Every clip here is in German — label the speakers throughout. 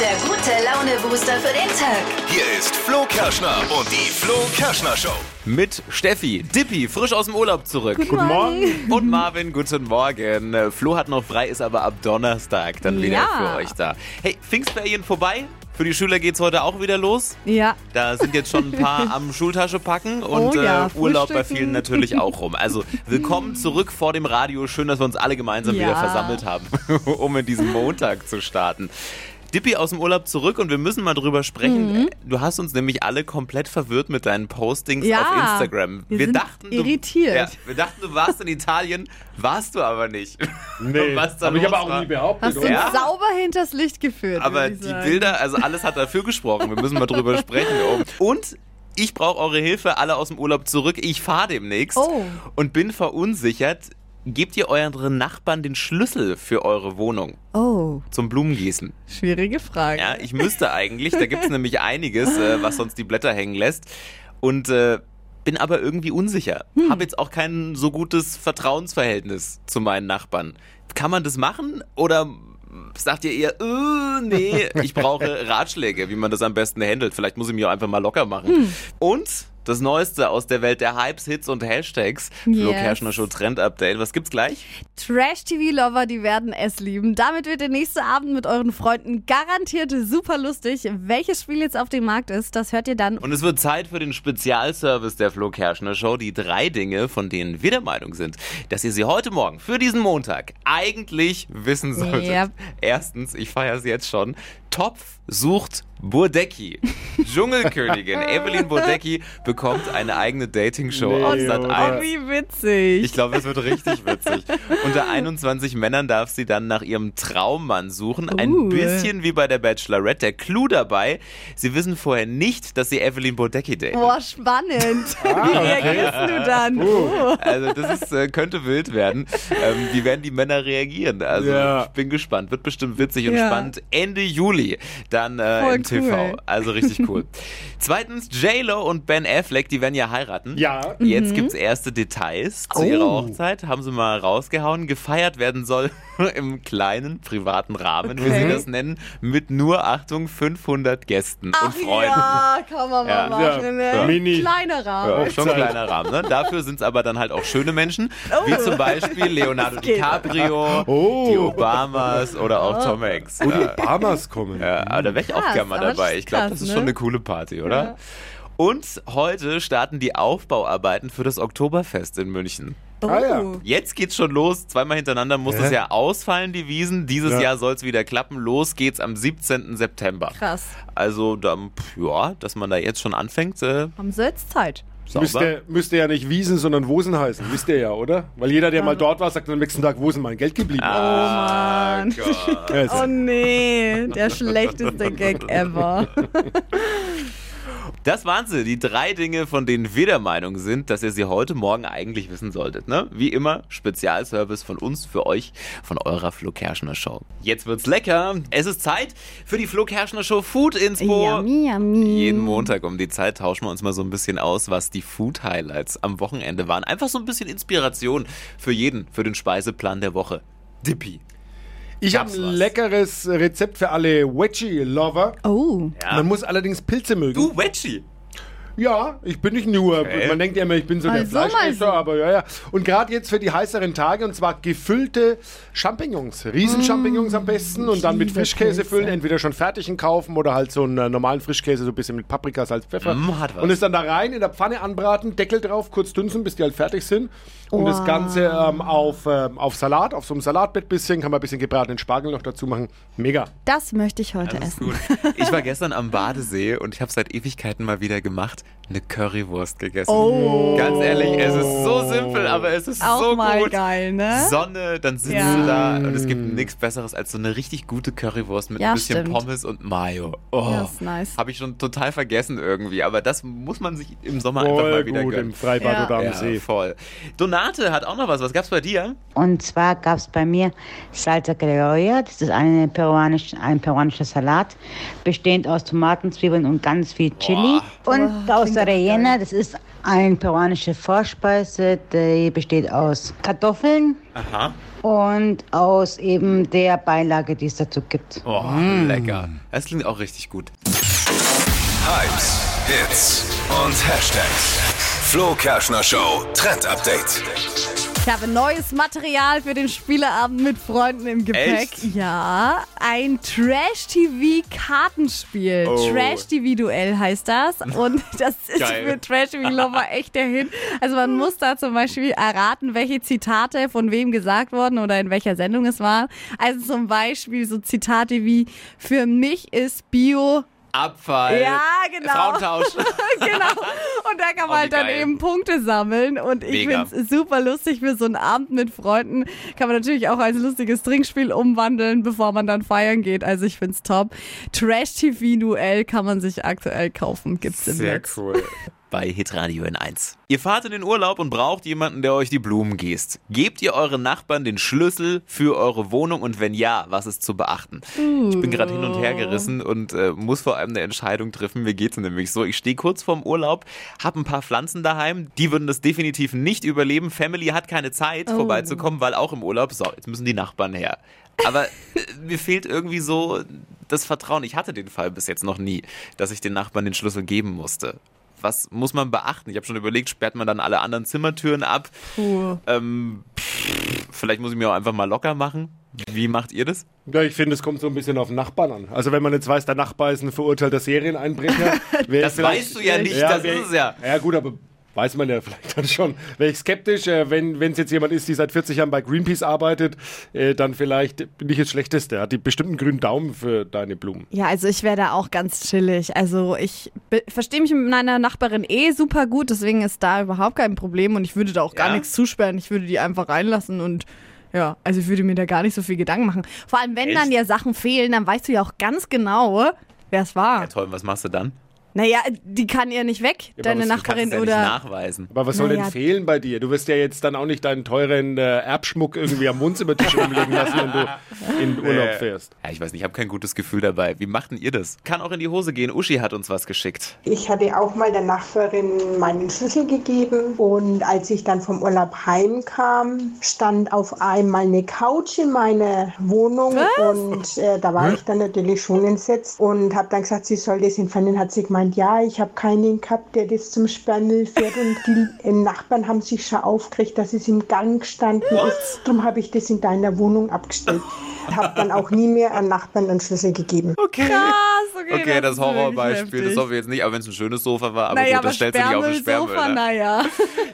Speaker 1: der gute Laune-Booster für den Tag.
Speaker 2: Hier ist Flo Kerschner und die Flo Kerschner Show.
Speaker 3: mit Steffi, Dippi, frisch aus dem Urlaub zurück.
Speaker 4: Guten Morgen.
Speaker 3: Und Marvin, guten Morgen. Äh, Flo hat noch frei, ist aber ab Donnerstag dann wieder
Speaker 4: Ja.
Speaker 3: für euch da. Hey, Pfingstferien vorbei. Für die Schüler geht's heute auch wieder los.
Speaker 4: Ja,
Speaker 3: Da sind jetzt schon ein paar am Schultasche packen und
Speaker 4: Oh ja,
Speaker 3: äh, Urlaub bei
Speaker 4: frühstücken.
Speaker 3: vielen natürlich auch rum. Also willkommen zurück vor dem Radio. Schön, dass wir uns alle gemeinsam wieder
Speaker 4: Ja.
Speaker 3: versammelt haben, um in diesen Montag zu starten. Dippi aus dem Urlaub zurück und wir müssen mal drüber sprechen.
Speaker 4: Mhm.
Speaker 3: Du hast uns nämlich alle komplett verwirrt mit deinen Postings
Speaker 4: Ja.
Speaker 3: auf Instagram.
Speaker 4: Wir sind irritiert.
Speaker 3: Ja, wir dachten, du warst in Italien, warst du aber nicht.
Speaker 5: Nee,
Speaker 3: Was da
Speaker 5: hab ich
Speaker 3: los
Speaker 5: aber auch
Speaker 3: war.
Speaker 5: nie behauptet.
Speaker 4: hast du
Speaker 5: Oder?
Speaker 3: Ja.
Speaker 4: uns sauber hinters Licht geführt.
Speaker 3: Aber
Speaker 4: würd ich
Speaker 3: die
Speaker 4: sagen.
Speaker 3: Bilder, also alles hat dafür gesprochen. Wir müssen mal drüber sprechen. Und ich brauche eure Hilfe, alle aus dem Urlaub zurück. Ich fahre demnächst
Speaker 4: Oh.
Speaker 3: und bin verunsichert. Gebt ihr euren Nachbarn den Schlüssel für eure Wohnung
Speaker 4: Oh,
Speaker 3: zum Blumengießen?
Speaker 4: schwierige Frage.
Speaker 3: Ja, ich müsste eigentlich. Da gibt es nämlich einiges, äh, was sonst die Blätter hängen lässt. Und äh, bin aber irgendwie unsicher. Habe jetzt auch kein so gutes Vertrauensverhältnis zu meinen Nachbarn. Kann man das machen oder sagt ihr eher, äh, nee, ich brauche Ratschläge, wie man das am besten handelt. Vielleicht muss ich mich auch einfach mal locker machen. Und das Neueste aus der Welt der Hypes, Hits und Hashtags. Flo
Speaker 4: Yes.
Speaker 3: Kerschner Show Trend Update. Was gibt's gleich?
Speaker 4: Trash-TV-Lover, die werden es lieben. Damit wird der nächste Abend mit euren Freunden garantiert super lustig. Welches Spiel jetzt auf dem Markt ist, das hört ihr dann.
Speaker 3: Und es wird Zeit für den Spezialservice der Flo Kerschner Show. Die drei Dinge, von denen wir der Meinung sind, dass ihr sie heute Morgen für diesen Montag eigentlich wissen solltet.
Speaker 4: Yep.
Speaker 3: Erstens, ich feiere es jetzt schon. Topf sucht Burdecki. Dschungelkönigin Evelyn Burdecki bekommt eine eigene Dating-Show
Speaker 5: Nee,
Speaker 3: auf
Speaker 5: Junge.
Speaker 3: Sat
Speaker 4: Oh,
Speaker 3: 1.
Speaker 4: wie witzig.
Speaker 3: Ich glaube, es wird richtig witzig. Unter 21 Männern darf sie dann nach ihrem Traummann suchen. Ein
Speaker 4: Uh.
Speaker 3: bisschen wie bei der Bachelorette. Der Clou dabei, sie wissen vorher nicht, dass sie Evelyn Bodecki datet.
Speaker 4: Boah, spannend.
Speaker 5: Ah,
Speaker 4: Wie reagierst du dann? Oh.
Speaker 3: Also das ist, äh, könnte wild werden. Ähm, wie werden die Männer reagieren? Also
Speaker 5: Ja.
Speaker 3: ich bin gespannt. Wird bestimmt witzig und
Speaker 4: Ja.
Speaker 3: spannend. Ende Juli dann äh,
Speaker 4: Voll
Speaker 3: im TV.
Speaker 4: cool.
Speaker 3: Also richtig cool. Zweitens, J-Lo und Ben Affleck, die werden ja heiraten.
Speaker 5: Ja.
Speaker 3: Jetzt
Speaker 4: Mhm.
Speaker 3: gibt's erste Details zu
Speaker 5: Oh.
Speaker 3: ihrer Hochzeit. Haben sie mal rausgehauen. Gefeiert werden soll im kleinen, privaten Rahmen, wie sie
Speaker 4: Okay.
Speaker 3: das nennen, mit nur, Achtung, 500 Gästen und
Speaker 4: Ach
Speaker 3: Freunden.
Speaker 4: ja, kann man mal
Speaker 3: Ja.
Speaker 4: machen.
Speaker 5: Ja.
Speaker 4: ne?
Speaker 5: Mini.
Speaker 4: Kleiner Rahmen.
Speaker 3: Auch schon ein kleiner Rahmen. Ne? Dafür sind es aber dann halt auch schöne Menschen, wie zum Beispiel Leonardo
Speaker 4: Oh. geht. Oh.
Speaker 3: DiCaprio,
Speaker 5: Oh.
Speaker 3: die Obamas oder auch Tom Hanks.
Speaker 5: Wo die
Speaker 3: Ja,
Speaker 5: Obamas kommen.
Speaker 3: ja, aber da wäre ich auch
Speaker 4: Krass,
Speaker 3: gerne mal
Speaker 4: aber das
Speaker 3: dabei.
Speaker 4: ist
Speaker 3: Ich glaube,
Speaker 4: krass,
Speaker 3: das ist
Speaker 4: ne?
Speaker 3: schon eine coole Party, oder? Und heute starten die Aufbauarbeiten für das Oktoberfest in München.
Speaker 5: Ah, ja.
Speaker 4: Oh.
Speaker 3: Jetzt geht's schon los. Zweimal hintereinander muss
Speaker 5: Hä?
Speaker 3: es ja ausfallen, die Wiesen. Dieses
Speaker 5: Ja.
Speaker 3: Jahr soll's wieder klappen. Los geht's am 17. September.
Speaker 4: Krass.
Speaker 3: Also, dann, pf, ja, dass man da jetzt schon anfängt, äh,
Speaker 4: Haben sie jetzt Zeit?
Speaker 3: sauber.
Speaker 5: Müsste, müsste ja nicht Wiesen, sondern Wosen heißen. Wisst ihr ja, oder? Weil jeder, der mal dort war, sagt am nächsten Tag, wo ist denn mein Geld geblieben?
Speaker 4: Oh
Speaker 3: Ah.
Speaker 4: Mann.
Speaker 3: Gott.
Speaker 5: Also,
Speaker 4: Oh nee, der schlechteste Gag ever.
Speaker 3: Das waren sie, die drei Dinge, von denen wir der Meinung sind, dass ihr sie heute Morgen eigentlich wissen solltet. Ne? Wie immer, Spezialservice von uns für euch, von eurer Flo Kerschner Show. Jetzt wird's lecker. Es ist Zeit für die Flo Kerschner Show Food Inspo.
Speaker 4: Yummy, yummy.
Speaker 3: Jeden Montag um die Zeit tauschen wir uns mal so ein bisschen aus, was die Food Highlights am Wochenende waren. Einfach so ein bisschen Inspiration für jeden, für den Speiseplan der Woche. Dippi.
Speaker 5: ich habe
Speaker 3: gab's
Speaker 5: ein
Speaker 3: was?
Speaker 5: leckeres Rezept für alle Wedgie-Lover.
Speaker 4: Oh,
Speaker 3: Ja.
Speaker 5: Man muss allerdings Pilze mögen.
Speaker 3: Du Wedgie.
Speaker 5: Ja, ich bin nicht nur.
Speaker 3: Okay.
Speaker 5: Man denkt ja immer, ich bin so der
Speaker 4: Also mal so.
Speaker 5: Fleischesser, aber ja, ja. Und gerade jetzt für die heißeren Tage, und zwar gefüllte Champignons. Riesenchampignons am besten und dann
Speaker 4: Mm,
Speaker 5: mit
Speaker 4: liebe
Speaker 5: Frischkäse
Speaker 4: Pilze.
Speaker 5: füllen, entweder schon fertigen kaufen oder halt so einen äh, normalen Frischkäse, so ein bisschen mit Paprika, Salz, Pfeffer.
Speaker 3: Mm, hat was.
Speaker 5: Und es dann da rein, in der Pfanne anbraten, Deckel drauf, kurz dünsen, bis die halt fertig sind. Und das
Speaker 4: Wow.
Speaker 5: Ganze ähm, auf, ähm, auf Salat, auf so einem Salatbett bisschen, kann man ein bisschen gebratenen Spargel noch dazu machen. Mega.
Speaker 4: das möchte ich heute
Speaker 3: Das ist
Speaker 4: essen.
Speaker 3: gut. Ich war gestern am Badesee und ich habe seit Ewigkeiten mal wieder gemacht, eine Currywurst gegessen.
Speaker 4: Oh.
Speaker 3: Ganz ehrlich, es ist so simpel, aber es ist
Speaker 4: Auch
Speaker 3: so
Speaker 4: mal
Speaker 3: gut.
Speaker 4: geil, ne?
Speaker 3: Sonne, dann sitzt
Speaker 4: Ja.
Speaker 3: du da und es gibt
Speaker 5: Mm.
Speaker 3: nichts Besseres als so eine richtig gute Currywurst mit
Speaker 4: Ja,
Speaker 3: ein bisschen
Speaker 4: stimmt.
Speaker 3: Pommes und Mayo. Oh,
Speaker 4: Ja, ist nice.
Speaker 3: Habe ich schon total vergessen irgendwie, aber das muss man sich im Sommer einfach
Speaker 5: Voll
Speaker 3: mal wieder
Speaker 5: gut
Speaker 3: gönnen.
Speaker 5: im Freibad
Speaker 4: Ja.
Speaker 5: oder am
Speaker 3: ja,
Speaker 5: See.
Speaker 3: voll. Donate hat auch noch was. Was gab's bei dir?
Speaker 6: Und zwar gab es bei mir Salsa Criolla. Das ist eine peruanisch, ein peruanischer Salat, bestehend aus Tomaten, Zwiebeln und ganz viel Chili. Und aus
Speaker 4: klingt aber
Speaker 6: Rellena, das ist eine peruanische Vorspeise, die besteht aus Kartoffeln
Speaker 3: Aha.
Speaker 6: und aus eben der Beilage, die es dazu gibt.
Speaker 3: Oh,
Speaker 5: Mm.
Speaker 3: lecker. Das klingt auch richtig gut.
Speaker 2: Hypes, Hits und Hashtags. Flo Kerschner Show Trend Update.
Speaker 4: Ich habe neues Material für den Spieleabend mit Freunden im Gepäck.
Speaker 3: Echt?
Speaker 4: Ja, ein Trash-TV-Kartenspiel.
Speaker 3: Oh.
Speaker 4: Trash-TV-Duell heißt das. Und das ist
Speaker 3: Geil.
Speaker 4: für Trash-TV-Lover echt der Hin. Also man muss da zum Beispiel erraten, welche Zitate von wem gesagt wurden oder in welcher Sendung es war. Also zum Beispiel so Zitate wie, für mich ist Bio
Speaker 3: Abfall.
Speaker 4: Ja, genau.
Speaker 3: Frauentausch.
Speaker 4: genau. Und da kann man
Speaker 3: Oh, wie
Speaker 4: halt dann
Speaker 3: geil.
Speaker 4: eben Punkte sammeln. Und ich
Speaker 3: Mega.
Speaker 4: find's super lustig für so einen Abend mit Freunden. Kann man natürlich auch als lustiges Trinkspiel umwandeln, bevor man dann feiern geht. Also ich find's top. Trash-TV-Duell kann man sich aktuell kaufen. Gibt's im
Speaker 3: Sehr
Speaker 4: Netz.
Speaker 3: cool. Bei Hitradio N1. Ihr fahrt in den Urlaub und braucht jemanden, der euch die Blumen gießt. Gebt ihr euren Nachbarn den Schlüssel für eure Wohnung und wenn ja, was ist zu beachten? Ich bin gerade hin und her gerissen und äh, muss vor allem eine Entscheidung treffen. Mir geht's nämlich so. Ich stehe kurz vorm Urlaub, habe ein paar Pflanzen daheim, die würden das definitiv nicht überleben. Family hat keine Zeit, vorbeizukommen, weil auch im Urlaub, so, jetzt müssen die Nachbarn her. Aber äh, mir fehlt irgendwie so das Vertrauen. Ich hatte den Fall bis jetzt noch nie, dass ich den Nachbarn den Schlüssel geben musste. Was muss man beachten? Ich habe schon überlegt, sperrt man dann alle anderen Zimmertüren ab?
Speaker 4: Puh.
Speaker 3: Ähm, pff, vielleicht muss ich mir auch einfach mal locker machen. Wie macht ihr das?
Speaker 5: Ja, ich finde, es kommt so ein bisschen auf den Nachbarn an. Also wenn man jetzt weiß, der Nachbar ist ein verurteilter Serieneinbrecher. wär
Speaker 3: Das
Speaker 5: ich vielleicht-
Speaker 3: weißt du ja nicht, das
Speaker 5: wär-
Speaker 3: ist es ja.
Speaker 5: Ja gut, aber weiß man ja vielleicht dann schon. Wäre ich skeptisch, äh, wenn es jetzt jemand ist, die seit 40 Jahren bei Greenpeace arbeitet, äh, dann vielleicht nicht das Schlechteste. Hat die bestimmten grünen Daumen für deine Blumen.
Speaker 4: Ja, also ich wäre da auch ganz chillig. Also ich be- verstehe mich mit meiner Nachbarin eh super gut, deswegen ist da überhaupt kein Problem und ich würde da auch gar
Speaker 3: Ja?
Speaker 4: nichts zusperren. Ich würde die einfach reinlassen und ja, also ich würde mir da gar nicht so viel Gedanken machen. Vor allem, wenn
Speaker 3: Echt?
Speaker 4: dann ja Sachen fehlen, dann weißt du ja auch ganz genau, wer es war.
Speaker 3: Ja, toll, was machst du dann?
Speaker 4: Naja, die kann ihr nicht weg,
Speaker 5: aber
Speaker 4: deine
Speaker 5: was- du kannst
Speaker 4: Nachbarin
Speaker 3: ja
Speaker 4: oder.
Speaker 3: nicht nachweisen.
Speaker 5: Aber was soll
Speaker 4: Naja.
Speaker 5: denn fehlen bei dir? Du wirst ja jetzt dann auch nicht deinen teuren äh, Erbschmuck irgendwie am Wohnzimmertisch rumliegen lassen, wenn du in den Urlaub fährst.
Speaker 3: Ja, ich weiß nicht, ich habe kein gutes Gefühl dabei. Wie machten ihr das? Kann auch in die Hose gehen. Uschi hat uns was geschickt.
Speaker 7: Ich hatte auch mal der Nachbarin meinen Schlüssel gegeben und als ich dann vom Urlaub heimkam, stand auf einmal eine Couch in meiner Wohnung und äh, da war ich dann natürlich schon entsetzt und habe dann gesagt, sie soll das entfernen. Hat sie gemeint, ja, ich habe keinen gehabt, der das zum Sperrmüll fährt und die äh, Nachbarn haben sich schon aufgeregt, dass es im Gang stand. Darum habe ich das in deiner Wohnung abgestellt. habe dann auch nie mehr an Nachbarn einen Schlüssel gegeben.
Speaker 3: Okay.
Speaker 4: Krass, okay,
Speaker 3: Okay, das,
Speaker 4: ist wirklich
Speaker 3: Horrorbeispiel, das
Speaker 4: heftig.
Speaker 3: hoffe ich jetzt nicht, aber wenn es ein schönes Sofa war, aber
Speaker 4: Naja,
Speaker 3: gut, das stellst du nicht auf den Sperrmüll.
Speaker 4: Sperrmüllsofa,
Speaker 3: ne?
Speaker 4: naja.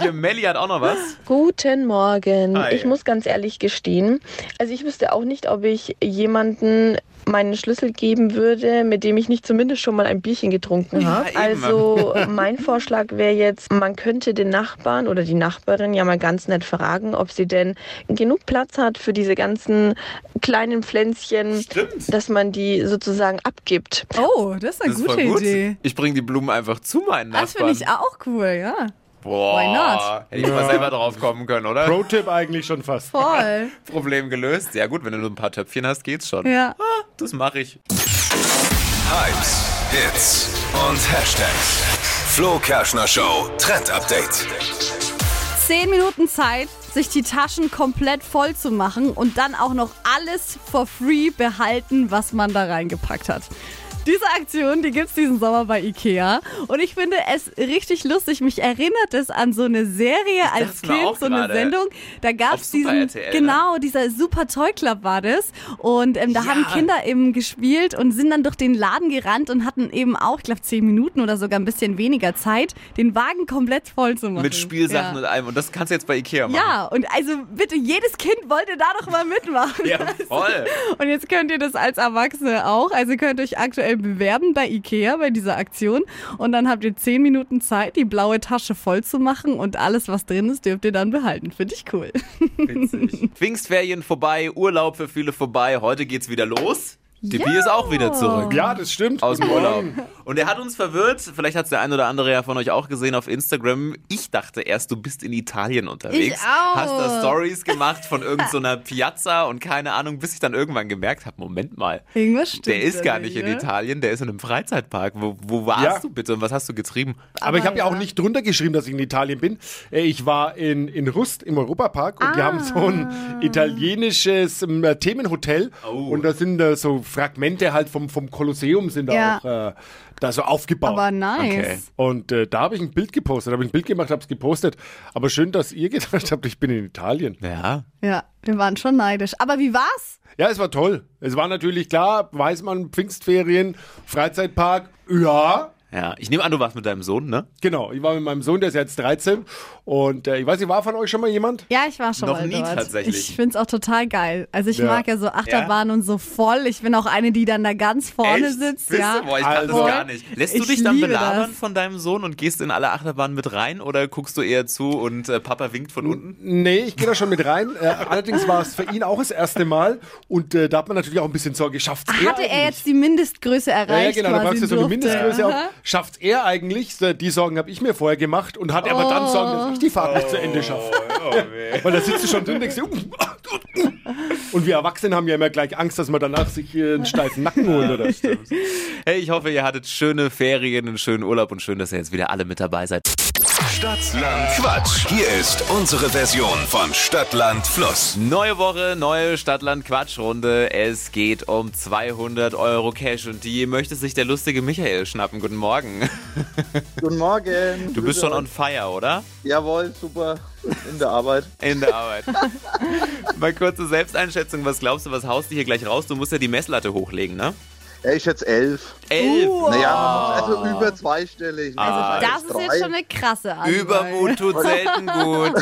Speaker 3: Hier, Melli hat auch noch was.
Speaker 8: Guten Morgen.
Speaker 3: Hi.
Speaker 8: Ich muss ganz ehrlich gestehen, also ich wüsste auch nicht, ob ich jemanden meinen Schlüssel geben würde, mit dem ich nicht zumindest schon mal ein Bierchen getrunken habe.
Speaker 3: eben.
Speaker 8: also mein Vorschlag wäre jetzt, man könnte den Nachbarn oder die Nachbarin ja mal ganz nett fragen, ob sie denn genug Platz hat für diese ganzen kleinen Pflänzchen, dass man die sozusagen abgibt.
Speaker 4: Oh, das ist eine
Speaker 3: Das ist
Speaker 4: gute
Speaker 3: voll gut.
Speaker 4: Idee.
Speaker 3: Ich bringe die Blumen einfach zu meinen Nachbarn.
Speaker 4: Das finde ich auch cool, ja.
Speaker 3: Boah,
Speaker 4: Why not?
Speaker 3: Hätte ich mal
Speaker 5: Ja.
Speaker 3: selber drauf kommen können, oder?
Speaker 5: Pro-Tipp eigentlich schon fast.
Speaker 4: Voll.
Speaker 3: Problem gelöst. Ja gut, wenn du nur ein paar Töpfchen hast, geht's schon.
Speaker 4: Ja.
Speaker 3: Ah, das mache ich.
Speaker 2: Hypes, Hits und Hashtags. Flo Kerschner Show Trend Update.
Speaker 4: zehn Minuten Zeit, sich die Taschen komplett voll zu machen und dann auch noch alles for free behalten, was man da reingepackt hat. Diese Aktion, die gibt's diesen Sommer bei Ikea. Und ich finde es richtig lustig. Mich erinnert es an so eine Serie
Speaker 3: dacht's
Speaker 4: als
Speaker 3: mir
Speaker 4: Kind,
Speaker 3: auch
Speaker 4: so eine
Speaker 3: gerade.
Speaker 4: Sendung. Da gab's
Speaker 3: Auf Super
Speaker 4: diesen,
Speaker 3: RTL, ne?
Speaker 4: genau, dieser Super Toy Club war das. Und ähm, da haben Kinder eben gespielt und sind dann durch den Laden gerannt und hatten eben auch, ich glaube, zehn Minuten oder sogar ein bisschen weniger Zeit, den Wagen komplett voll zu machen.
Speaker 3: Mit Spielsachen
Speaker 4: Ja.
Speaker 3: und allem. Und das kannst du jetzt bei Ikea machen.
Speaker 4: Ja, und also bitte, jedes Kind wollte da doch mal mitmachen.
Speaker 3: Ja, voll.
Speaker 4: Und jetzt könnt ihr das als Erwachsene auch. Also könnt ihr euch aktuell bewerben bei IKEA bei dieser Aktion. Und dann habt ihr zehn Minuten Zeit, die blaue Tasche voll zu machen und alles, was drin ist, dürft ihr dann behalten. Finde ich cool.
Speaker 3: Witzig. Pfingstferien vorbei, Urlaub für viele vorbei. Heute geht's wieder los. Die
Speaker 4: Ja.
Speaker 3: Bier ist auch wieder zurück.
Speaker 5: Ja, das stimmt.
Speaker 3: Aus dem Urlaub. Und er hat uns verwirrt. Vielleicht hat es der ein oder andere ja von euch auch gesehen auf Instagram. Ich dachte erst, du bist in Italien unterwegs.
Speaker 4: Ich auch.
Speaker 3: Hast da Stories gemacht von irgendeiner so einer Piazza und keine Ahnung, bis ich dann irgendwann gemerkt habe, Moment mal.
Speaker 4: Irgendwas stimmt
Speaker 3: Der ist
Speaker 4: da
Speaker 3: gar
Speaker 4: nicht,
Speaker 3: nicht in
Speaker 4: ne?
Speaker 3: Italien, der ist in einem Freizeitpark. Wo, wo warst
Speaker 5: Ja.
Speaker 3: du bitte und was hast du getrieben?
Speaker 5: Aber ich habe ja
Speaker 4: ja.
Speaker 5: auch nicht drunter geschrieben, dass ich in Italien bin. Äh, Ich war in, in Rust im Europapark und die haben
Speaker 4: Ah.
Speaker 5: so ein italienisches ähm, äh, Themenhotel. Und da sind äh, so Fragmente halt vom, vom Kolosseum sind da
Speaker 4: Ja.
Speaker 5: auch äh, da so aufgebaut.
Speaker 4: Aber nice.
Speaker 5: Und äh, da habe ich ein Bild gepostet, habe ich ein Bild gemacht, habe es gepostet. Aber schön, dass ihr gedacht habt, ich bin in Italien.
Speaker 3: Ja.
Speaker 4: Ja, wir waren schon neidisch. Aber wie war's?
Speaker 5: Ja, es war toll. Es war natürlich klar, weiß man, Pfingstferien, Freizeitpark. Ja,
Speaker 3: Ja. Ich nehme an, du warst mit deinem Sohn, ne?
Speaker 5: Genau, ich war mit meinem Sohn, der ist jetzt 13 und äh, ich weiß nicht, war von euch schon mal jemand?
Speaker 4: Ja, ich war schon
Speaker 3: Noch
Speaker 4: mal
Speaker 3: nie
Speaker 4: dort.
Speaker 3: tatsächlich.
Speaker 4: Ich find's auch total geil. Also ich
Speaker 5: Ja.
Speaker 4: mag ja so Achterbahnen und so voll. Ich bin auch eine, die dann da ganz vorne
Speaker 3: Echt?
Speaker 4: sitzt.
Speaker 3: Bist
Speaker 4: ja.
Speaker 3: du? Boah, ich kann
Speaker 5: Also-
Speaker 3: das gar nicht. Lässt du
Speaker 4: Ich
Speaker 3: dich dann
Speaker 4: liebe
Speaker 3: belabern
Speaker 4: das.
Speaker 3: von deinem Sohn und gehst in alle Achterbahnen mit rein oder guckst du eher zu und äh, Papa winkt von unten?
Speaker 5: Nee, ich gehe da schon mit rein. Äh, allerdings war es für ihn auch das erste Mal und äh, da hat man natürlich auch ein bisschen Sorge, schafft es
Speaker 4: Ah, Hatte er jetzt die Mindestgröße
Speaker 5: Ja, ja,
Speaker 4: erreicht?
Speaker 5: genau, da brauchst
Speaker 4: quasi
Speaker 5: du so eine
Speaker 4: durfte.
Speaker 5: Mindestgröße auch. Schafft er eigentlich? So, Die Sorgen habe ich mir vorher gemacht und hatte aber dann Sorgen, dass ich die Fahrt nicht zu Ende schaffe. Weil da sitzt du schon drin und denkst, dir, und wir Erwachsenen haben ja immer gleich Angst, dass man danach sich äh, einen steifen Nacken holt oder so.
Speaker 3: Hey, ich hoffe, ihr hattet schöne Ferien, einen schönen Urlaub und schön, dass ihr jetzt wieder alle mit dabei seid.
Speaker 2: Stadtland Quatsch. Hier ist unsere Version von Stadtland Fluss.
Speaker 3: Neue Woche, neue Stadtland-Quatschrunde. Es geht um 200 Euro Cash und die möchte sich der lustige Michael schnappen. Guten Morgen.
Speaker 9: Guten Morgen.
Speaker 3: Du bist schon on fire, oder?
Speaker 9: Jawohl, super. In der Arbeit.
Speaker 3: In der Arbeit. Mal kurze Selbsteinschätzung. Was glaubst du, was haust du hier gleich raus? Du musst ja die Messlatte hochlegen, ne?
Speaker 9: Ja, ich schätze elf.
Speaker 3: Elf.
Speaker 9: Naja, also über zweistellig. ne?
Speaker 3: Ah,
Speaker 4: Also Das ist jetzt schon eine krasse Antwort.
Speaker 3: Übermut tut selten gut.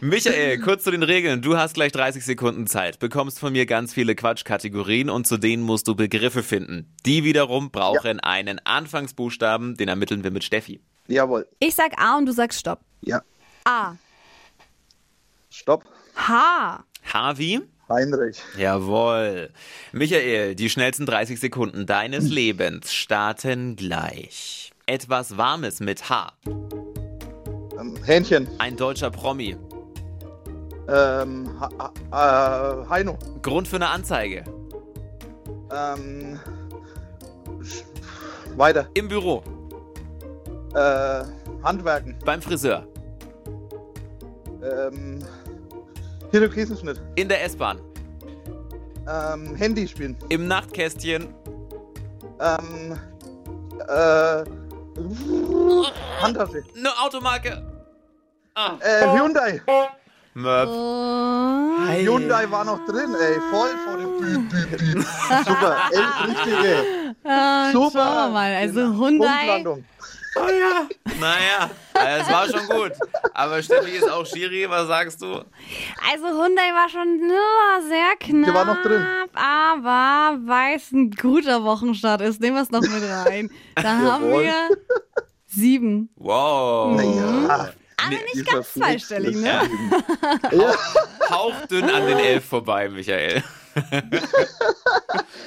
Speaker 3: Michael, kurz zu den Regeln. Du hast gleich 30 Sekunden Zeit, bekommst von mir ganz viele Quatschkategorien und zu denen musst du Begriffe finden. Die wiederum brauchen einen Anfangsbuchstaben, den ermitteln wir mit Steffi.
Speaker 9: Jawohl.
Speaker 4: Ich sag A und du sagst Stopp.
Speaker 9: Ja.
Speaker 4: A.
Speaker 9: Stopp.
Speaker 4: H.
Speaker 3: Harvey?
Speaker 9: Heinrich.
Speaker 3: Jawohl. Michael, die schnellsten 30 Sekunden deines Lebens starten gleich. Etwas Warmes mit H.
Speaker 9: Ähm, Hähnchen.
Speaker 3: Ein deutscher Promi.
Speaker 9: Ähm, ha ha äh, Heino.
Speaker 3: Grund für eine Anzeige.
Speaker 9: Ähm, sch- weiter.
Speaker 3: Im Büro.
Speaker 9: Äh, Handwerken.
Speaker 3: Beim Friseur.
Speaker 9: Ähm, Hirokäsenschnitt.
Speaker 3: In der S-Bahn.
Speaker 9: Ähm, Handy spielen.
Speaker 3: Im Nachtkästchen.
Speaker 9: Ähm, äh, Handtasche.
Speaker 3: Eine Automarke.
Speaker 9: Äh, Hyundai.
Speaker 3: Möp.
Speaker 9: Hyundai war noch drin, ey. Voll vor dem Piep, Piep, Piep. Super, elf richtige. Super.
Speaker 4: Äh,
Speaker 9: Genau.
Speaker 4: Schau mal, also Hyundai.
Speaker 9: Punktlandung.
Speaker 3: Naja, also es war schon gut. Aber Steffi ist auch Schiri, was sagst du?
Speaker 4: Also Hyundai war schon ja, sehr knapp.
Speaker 9: Die war noch drin.
Speaker 4: Aber weil es ein guter Wochenstart ist, nehmen wir es noch mit rein. Da haben
Speaker 9: Jawohl.
Speaker 4: wir sieben.
Speaker 3: Wow.
Speaker 9: Ja,
Speaker 4: Aber
Speaker 9: die
Speaker 4: nicht ganz
Speaker 9: verflixte
Speaker 4: zweistellig, ne?
Speaker 3: Hauchdünn an den Elf vorbei, Michael.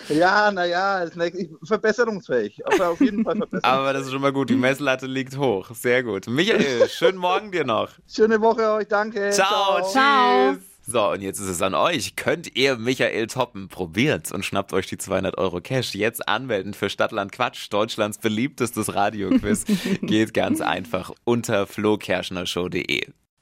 Speaker 9: ja naja, als nächstes- verbesserungsfähig. Aber auf jeden Fall verbessert.
Speaker 3: Aber das ist schon mal gut. Die Messlatte liegt hoch. Sehr gut. Michael, schönen Morgen dir noch.
Speaker 9: Schöne Woche euch, danke.
Speaker 3: Ciao,
Speaker 4: Ciao.
Speaker 3: tschüss. So, und jetzt ist es an euch. Könnt ihr Michael toppen? Probiert's und schnappt euch die 200 Euro Cash. Jetzt anmelden für Stadtland Quatsch, Deutschlands beliebtestes Radioquiz. Geht ganz einfach unter flokerschnershow.de.